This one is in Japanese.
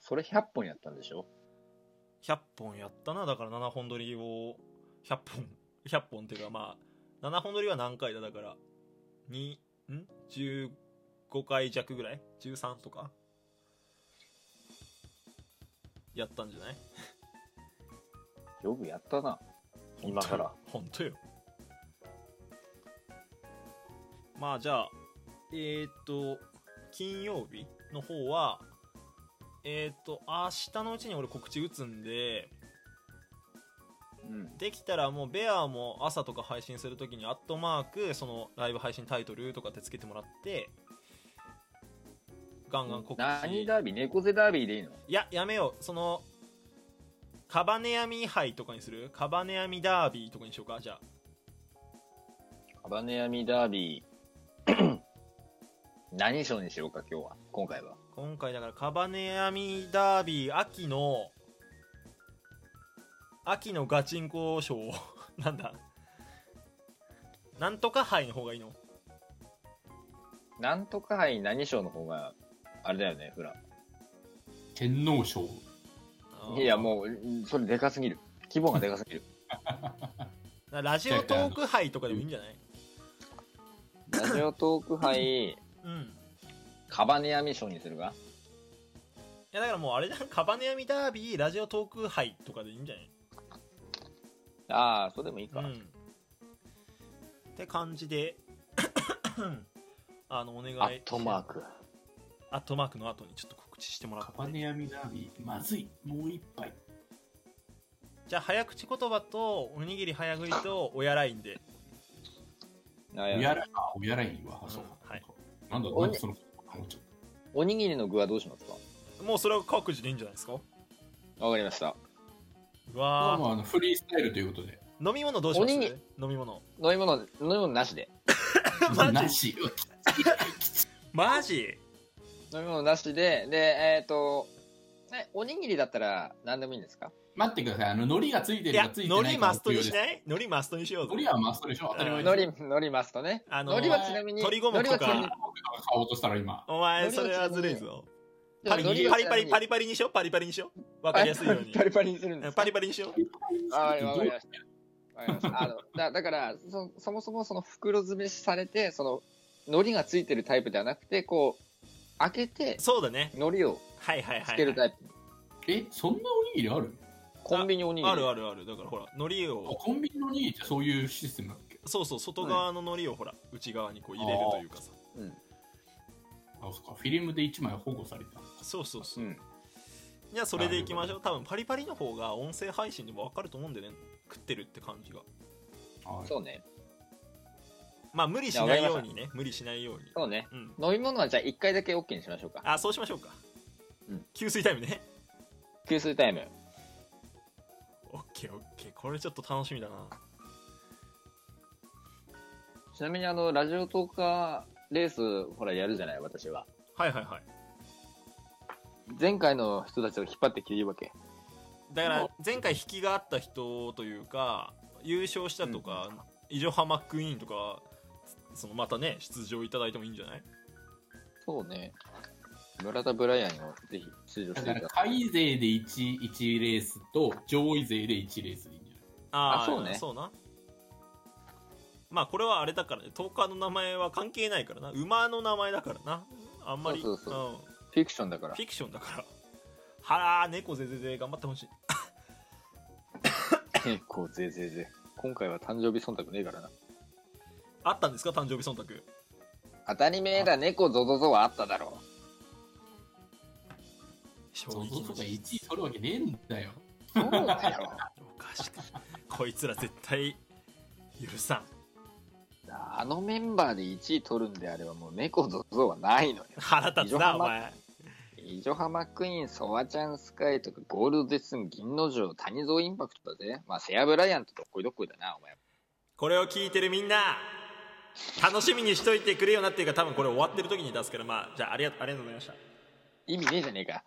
それ100本やったんでしょ100本やったなだから7本撮りを100本100本 っていうかまあ7本撮りは何回だだから2ん15回弱ぐらい13とかやったんじゃないよくやったな。今から。本当よまあじゃあえー、っと金曜日の方はえー、っと明日のうちに俺告知打つんでうん。できたらもうベアも朝とか配信するときにアットマークそのライブ配信タイトルとかってつけてもらってガンガン告知何ダービー猫背ダービーでいいのいややめようそのカバネアミ杯とかにするカバネアミダービーとかにしようかじゃあカバネアミダービー。 何賞にしようか、今日は。今回は。今回だからカバネアミダービー秋の秋のガチンコ賞なんだなんとか杯の方がいいのなんとか杯何賞の方が、あれだよね、フラ。天皇賞。いや、もううん、それでかすぎる。規模がでかす ぎる。うラジオトーク杯とかでもいいんじゃないラジオトーク杯、うんカバネアミ賞にするかいやだからもうあれじゃんカバネアミダービーラジオトーク杯とかでいいんじゃないああ、それでもいいか。うんって感じで あのお願いアットマーク。アットマークの後にちょっと告知してもらっカてバネアミダービー。まずい。もう一杯。じゃあ早口言葉とおにぎり早食いと親ラインであおいややら、あ、おやらいわ。あそう。はいなんだろう、おなんにかその、あちょっおにぎりの具はどうしますかもうそれは各自でいいんじゃないですかわかりました。うとまあわまああの、フリースタイルということで。ー飲み物どうしまおすにぎ飲み物飲み物、飲み物なしで。 マジなし。マジ飲み物なしで、で、えっ、と、え、おにぎりだったら何でもいいんですか待ってください。あの、海苔がついているかやついて海ない苔かマのストに不し要です。ない海苔マストにしよう海ぞ苔はマストでしょ当たり前うんです。のり、のりますとね。あのーのりはちなみに、鶏五目のりはとちなみかに僕が買おうとしたら今。お前それはずるいぞパリのりはパリパちリパリパリにしようパリパリにしようわかなみりやすいよう パリパにリパリにするんですかパリパリにしようあーわかりました。わかりました。あの、だだからそ、そもそもその袋詰めされて、その、海苔がついてるタイプではなくて、こう、開けて、そうだね海苔をはいはいはついけはるいタイプ。え、そんなおにぎりあるコンビニおにぎり。あるあるあるだからほら海苔あをコンビニのおにぎりってそういうシステムだっけそうそう外側の海苔をほら内側にこう入れるというかさうん。。あ、そっか。フィルムで1枚保護された。そうそうそううんじゃあそれでいきましょう多分パリパリの方が音声配信でも分かると思うんでね食ってるって感じがはいそうね。まあ無理しないようにね無理しないようにそうね。うん飲み物はじゃあ1回だけ OK にしましょうか。あそうしましょうか、うん給水タイムね給水タイム。オッケーオッケーこれちょっと楽しみだなちなみにあの、ラジオトーカーレース、ほら、やるじゃない、私は。はいはいはい前回の人たちを引っ張ってきていいわけ。だから前回引きがあった人というか優勝したとか、伊女浜クイーンとかそのまたね出場いただいてもいいんじゃないそうね。村田ブライアンをぜひ出場だしかていら、ただき下位勢で1、1レースと、上位勢で1レースでいいんじゃないあーあそうねそうなまあこれはあれだからね10日の名前は関係ないからな馬の名前だからなあんまりそうそうそんフィクションだからフ。ィクションだからはあ猫ぜぜぜ頑張ってほしい結構ぜいぜいぜい。今回は誕生日忖度ねえからな。あったんですか誕生日忖度当たり前だ、猫ゾゾゾはあっただろ衝ゾ撃ゾの事とか実1位取るわけねえんだよ。う。そうだよ。おかしくこいつら絶対許さん あのメンバーで1位取るんであればもう猫ゾゾはないのよ。腹立つなお前伊女浜クイーン、ソワちゃんスカイとか、ゴールドデスン、銀の城、谷蔵インパクトだぜ。まあ、セアブライアンとどっこいどっこいだな、お前。これを聞いてるみんな楽しみにしといてくれよなっていうか多分これ終わってる時に出すからまあじゃあありがありがとうございました意味ねえじゃねえか。